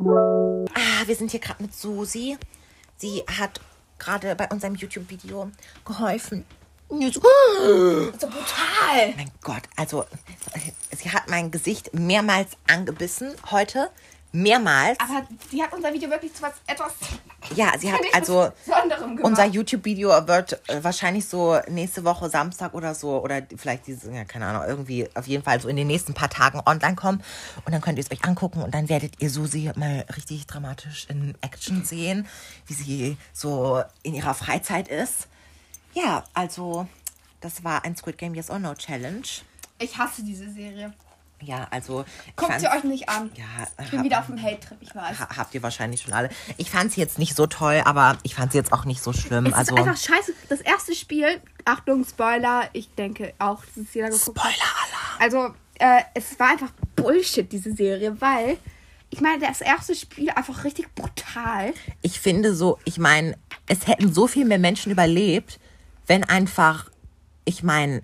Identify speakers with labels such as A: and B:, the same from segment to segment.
A: Ah, wir sind hier gerade mit Susi. Sie hat gerade bei unserem YouTube-Video geholfen. Nee, so-
B: So brutal.
A: Mein Gott, also sie hat mein Gesicht mehrmals angebissen heute. Mehrmals.
B: Aber sie hat unser Video wirklich zu was etwas.
A: Ja, sie hat
B: Nicht
A: also
B: was Besonderem gemacht.
A: unser YouTube-Video wird äh, wahrscheinlich so nächste Woche Samstag oder so oder vielleicht diese, ja, keine Ahnung, irgendwie auf jeden Fall so in den nächsten paar Tagen online kommen und dann könnt ihr es euch angucken und dann werdet ihr Susi mal richtig dramatisch in Action sehen, wie sie so in ihrer Freizeit ist. Ja, also das war ein Squid Game Yes or No Challenge.
B: Ich hasse diese Serie.
A: Ja, also ich
B: Guckt
A: fand's-
B: sie euch nicht an.
A: Ja, äh,
B: ich bin
A: hab- Ähm,
B: wieder auf dem Hate-Trip, ich weiß.
A: ha- habt ihr wahrscheinlich schon alle. Ich fand sie jetzt nicht so toll, aber ich fand sie jetzt auch nicht so schlimm.
B: Es
A: also
B: ist einfach scheiße. Das erste Spiel, Achtung, Spoiler, ich denke auch, dass es jeder geguckt hat.
A: Spoiler-Alarm.
B: Also, äh, es war einfach Bullshit, diese Serie, weil, ich meine, das erste Spiel einfach richtig brutal.
A: Ich finde so, ich meine, es hätten so viel mehr Menschen überlebt, wenn einfach, ich meine,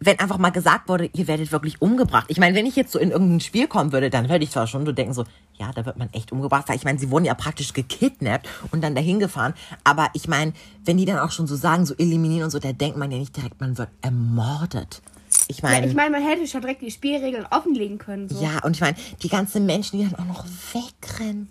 A: wenn einfach mal gesagt wurde, ihr werdet wirklich umgebracht. Ich meine, wenn ich jetzt so in irgendein Spiel kommen würde, dann würde ich zwar schon so denken, so, ja, da wird man echt umgebracht. Weil ich meine, sie wurden ja praktisch gekidnappt und dann dahin gefahren. Aber ich meine, wenn die dann auch schon so sagen, so eliminieren und so, da denkt man ja nicht direkt, man wird ermordet. Ich meine,
B: Ich meine, man hätte schon direkt die Spielregeln offenlegen können. So.
A: Ja, und ich meine, die ganzen Menschen, die dann auch noch wegrennen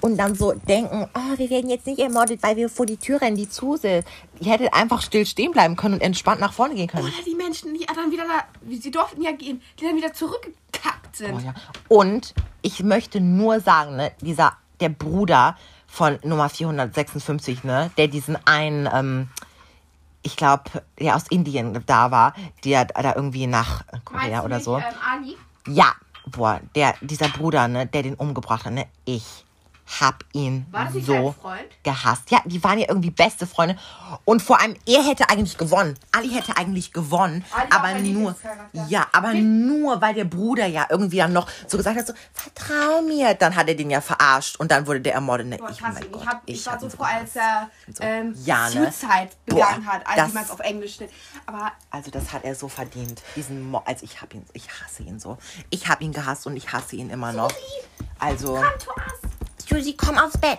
A: und dann so denken, oh, wir werden jetzt nicht ermordet, weil wir vor die Tür rennen, die zu sind. Die hätte einfach still stehen bleiben können und entspannt nach vorne gehen können.
B: Oder die Menschen, die dann wieder da, sie durften ja gehen, die dann wieder zurückgekackt sind.
A: Oh, ja. Und ich möchte nur sagen, ne, dieser, der Bruder von Nummer 456, ne, der diesen einen, ähm, ich glaube, der aus Indien da war, der da irgendwie nach
B: Meinst
A: Korea
B: du
A: oder
B: nicht,
A: so.
B: Ähm, Ali?
A: Ja, boah, der, dieser Bruder, ne, der den umgebracht hat, ne, ich hab ihn
B: War das nicht dein
A: so
B: Freund?
A: gehasst. Ja, die waren ja irgendwie beste Freunde. Und vor allem, er hätte eigentlich gewonnen. Ali hätte eigentlich gewonnen.
B: Ali war
A: aber
B: mein
A: nur,
B: Lieblingscharakter.
A: ja, aber nur, weil der Bruder ja irgendwie dann noch so gesagt hat, so, vertrau mir. Dann hat er den ja verarscht und dann wurde der ermordet. Ne,
B: Boah, ich
A: ich,
B: hasse
A: mein
B: ihn.
A: Gott,
B: ich, hab, ich, war
A: hab
B: so
A: ihn
B: froh, als
A: gehasst.
B: er ähm,
A: Ja, ne?
B: Suicide
A: Boah,
B: begangen hat, als
A: das-
B: jemand auf Englisch steht. Aber
A: Also das hat er so verdient. Diesen Mo also ich hab ihn, ich hasse ihn so. Ich hab ihn gehasst und ich hasse ihn immer noch. Also. Susi, komm aufs Bett.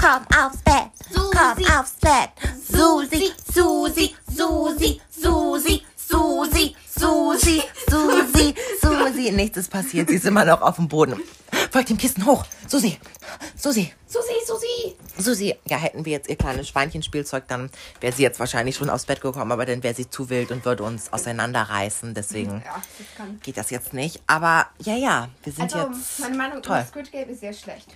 A: Komm aufs Bett. Komm aufs Bett. Susi, Susi, Susi, Susi, Susi, Susi, Susi, Susi. Nichts ist passiert. Sie ist immer noch auf dem Boden. Folgt dem Kissen hoch. Susi, Susi,
B: Susi, Susi!
A: Susi. Ja, hätten wir jetzt ihr kleines Schweinchenspielzeug, dann wäre sie jetzt wahrscheinlich schon aufs Bett gekommen, aber dann wäre sie zu wild und würde uns auseinanderreißen. Deswegen
B: Ja, das kann.
A: geht das jetzt nicht. Aber ja, ja, wir sind
B: Also,
A: jetzt.
B: meine Meinung
A: toll.
B: über Squid Game ist sehr schlecht.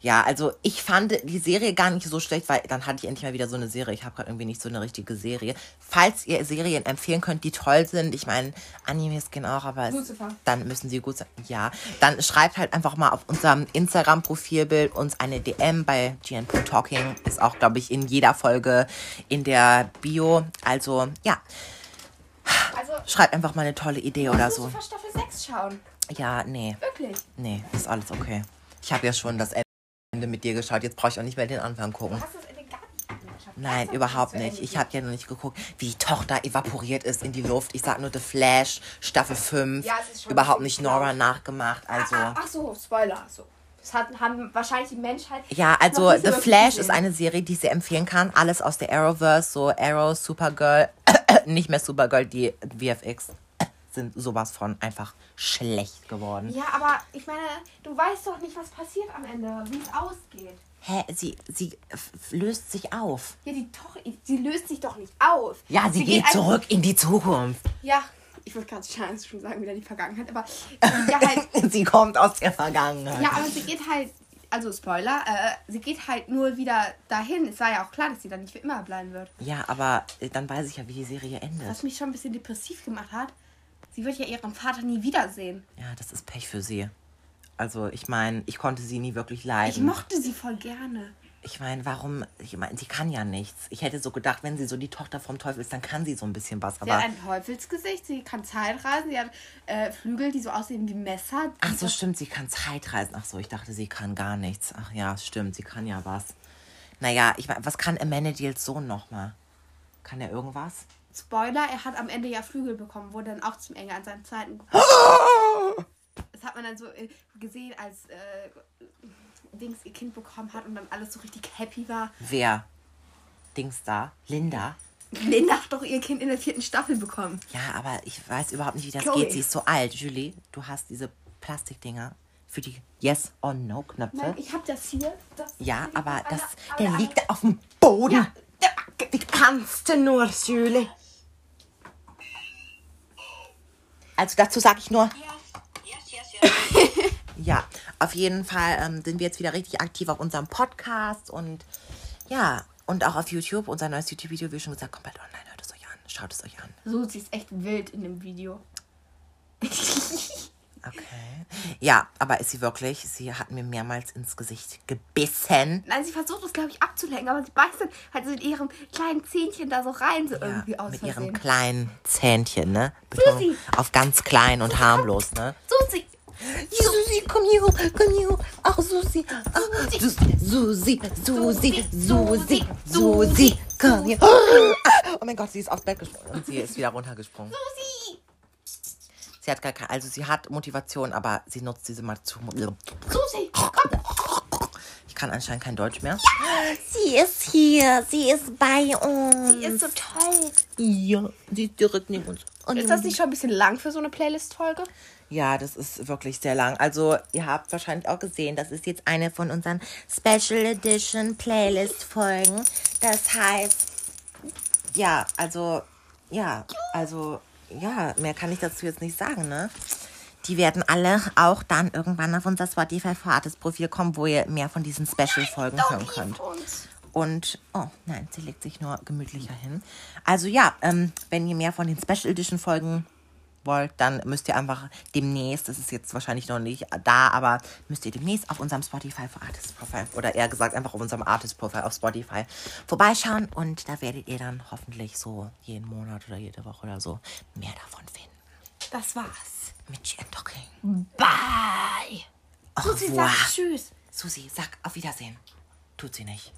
A: Ja, also ich fand die Serie gar nicht so schlecht, weil dann hatte ich endlich mal wieder so eine Serie. Ich habe gerade irgendwie nicht so eine richtige Serie. Falls ihr Serien empfehlen könnt, die toll sind, ich meine, Animes gehen auch, aber es,
B: Lucifer.
A: dann müssen sie gut sein. Ja, dann schreibt halt einfach mal auf unserem Instagram-Profilbild uns eine DM bei GNP Talking. Ist auch, glaube ich, in jeder Folge in der Bio. Also ja,
B: Also,
A: schreibt einfach mal eine tolle Idee oder so.
B: Lucifer Staffel 6 schauen.
A: Ja, nee.
B: Wirklich.
A: Nee, ist alles okay. Ich habe ja schon das Ende mit dir geschaut. Jetzt brauche ich auch nicht mehr den Anfang gucken.
B: Hast du es in den Garten geschafft?
A: Nein, überhaupt nicht.
B: Ah,
A: Ich habe ja noch nicht geguckt, wie die Tochter evaporiert ist in die Luft. Ich sag nur The Flash, Staffel 5.
B: Ja, es ist schon
A: überhaupt
B: richtig
A: nicht Nora nachgemacht. Also.
B: ah, Ach, ach so, Spoiler. So. Das hat, haben wahrscheinlich die Menschheit.
A: Ja, also
B: noch nie so
A: The
B: wirklich
A: Flash
B: gesehen.
A: ist eine Serie, die ich sehr empfehlen kann. Alles aus der Arrowverse, so Arrow, Supergirl, nicht mehr Supergirl, die VFX sind sowas von einfach schlecht geworden.
B: Ja, aber ich meine, du weißt doch nicht, was passiert am Ende, wie es ausgeht.
A: Hä, sie, sie f- löst sich auf.
B: Ja, die Tochter, sie löst sich doch nicht auf.
A: Ja, sie, geht,
B: einfach-
A: zurück in die Zukunft.
B: Ja, ich würde gerade Chance schon sagen, wieder in die Vergangenheit, aber ja, halt,
A: sie kommt aus der Vergangenheit.
B: ja, aber sie geht halt, also Spoiler, äh, sie geht halt nur wieder dahin. Es war ja auch klar, dass sie da nicht für immer bleiben wird.
A: Ja, aber äh, dann weiß ich ja, wie die Serie endet.
B: Was mich schon ein bisschen depressiv gemacht hat, sie wird ja ihren Vater nie wiedersehen.
A: Ja, das ist Pech für sie. Also, ich meine, ich konnte sie nie wirklich
B: Ich
A: leiden.
B: mochte sie voll gerne.
A: Ich meine, warum? Ich meine, sie kann ja nichts. Ich hätte so gedacht, wenn sie so die Tochter vom Teufel ist, dann kann sie so ein bisschen was.
B: Sie hat
A: Aber
B: ein Teufelsgesicht, sie kann Zeitreisen, sie hat äh, Flügel, die so aussehen wie Messer.
A: ach so, stimmt, sie kann Zeitreisen. Ach so, ich dachte, sie kann gar nichts. Ach ja, stimmt, sie kann ja was. Naja, ich meine, was kann Amenadiels Sohn nochmal? Kann er irgendwas?
B: Spoiler, er hat am Ende ja Flügel bekommen, wurde dann auch zum Engel an seinem zweiten Geburtstag. Das hat man dann so äh, gesehen, als äh, Dings ihr Kind bekommen hat und dann alles so richtig happy war.
A: Wer? Dings da? Linda?
B: Linda hat doch ihr Kind in der vierten Staffel bekommen.
A: Ja, aber ich weiß überhaupt nicht, wie das
B: Chloe.
A: geht. Sie ist so alt. Julie, du hast diese Plastikdinger für die Yes- or No-Knöpfe.
B: Nein, ich habe das hier. Das
A: Ja,
B: liegt
A: aber
B: an
A: das,
B: an
A: der
B: an-
A: liegt auf dem Boden.
B: Ja,
A: Wie kannst du nur, Julie? Also dazu sage ich nur,
C: Yes, yes, yes.
A: ja, auf jeden Fall ähm, sind wir jetzt wieder richtig aktiv auf unserem Podcast und ja, und auch auf YouTube. Unser neues YouTube-Video, wie schon gesagt, komplett online. Hört es euch an. Schaut es euch an.
B: Susi ist echt wild in dem Video.
A: Okay. Ja, aber ist sie wirklich? Sie hat mir mehrmals ins Gesicht gebissen.
B: Nein, sie versucht es, glaube ich, abzulenken, aber sie beißt dann halt so mit ihrem kleinen Zähnchen da so rein, so irgendwie aus
A: mit ihrem
B: Versehen.
A: kleinen Zähnchen, ne? Betonung auf ganz klein und harmlos, ne?
B: Susi!
A: Susi, komm hier hoch, komm hier hoch. Ach, Susi. Ach, Sus- Susi, Susi, Susi, Susi, komm hier. Oh mein Gott, sie ist aufs Bett gesprungen und sie ist wieder runtergesprungen.
B: Susi!
A: Sie hat gar keine, also sie hat Motivation, aber sie nutzt diese mal zu.
B: Susi! Komm!
A: Ich kann anscheinend kein Deutsch mehr.
D: Sie ist hier. Sie ist bei uns.
B: Die ist so toll.
A: Ja, sie ist direkt neben uns.
B: Ist das nicht schon ein bisschen lang für so eine Playlist-Folge?
A: Ja, das ist wirklich sehr lang. Also, ihr habt wahrscheinlich auch gesehen, das ist jetzt eine von unseren Special Edition Playlist Folgen. Das heißt, ja, also, ja, also, ja, mehr kann ich dazu jetzt nicht sagen, ne? Die werden alle auch dann irgendwann auf unser Spotify for Artist Profil kommen, wo ihr mehr von diesen Special Folgen hören könnt. Und, oh nein, sie legt sich nur gemütlicher hin. Also ja, ähm, wenn ihr mehr von den Special Edition Folgen wollt, dann müsst ihr einfach demnächst, das ist jetzt wahrscheinlich noch nicht da, aber müsst ihr demnächst auf unserem Spotify for Artist Profile oder eher gesagt einfach auf unserem Artist Profile auf Spotify vorbeischauen und da werdet ihr dann hoffentlich so jeden Monat oder jede Woche oder so mehr davon finden.
B: Das war's.
A: Mit G and Talking.
B: Bye!
A: Au
B: Susi
A: revoir.
B: sagt Tschüss.
A: Susi, sag auf Wiedersehen. Tut sie nicht.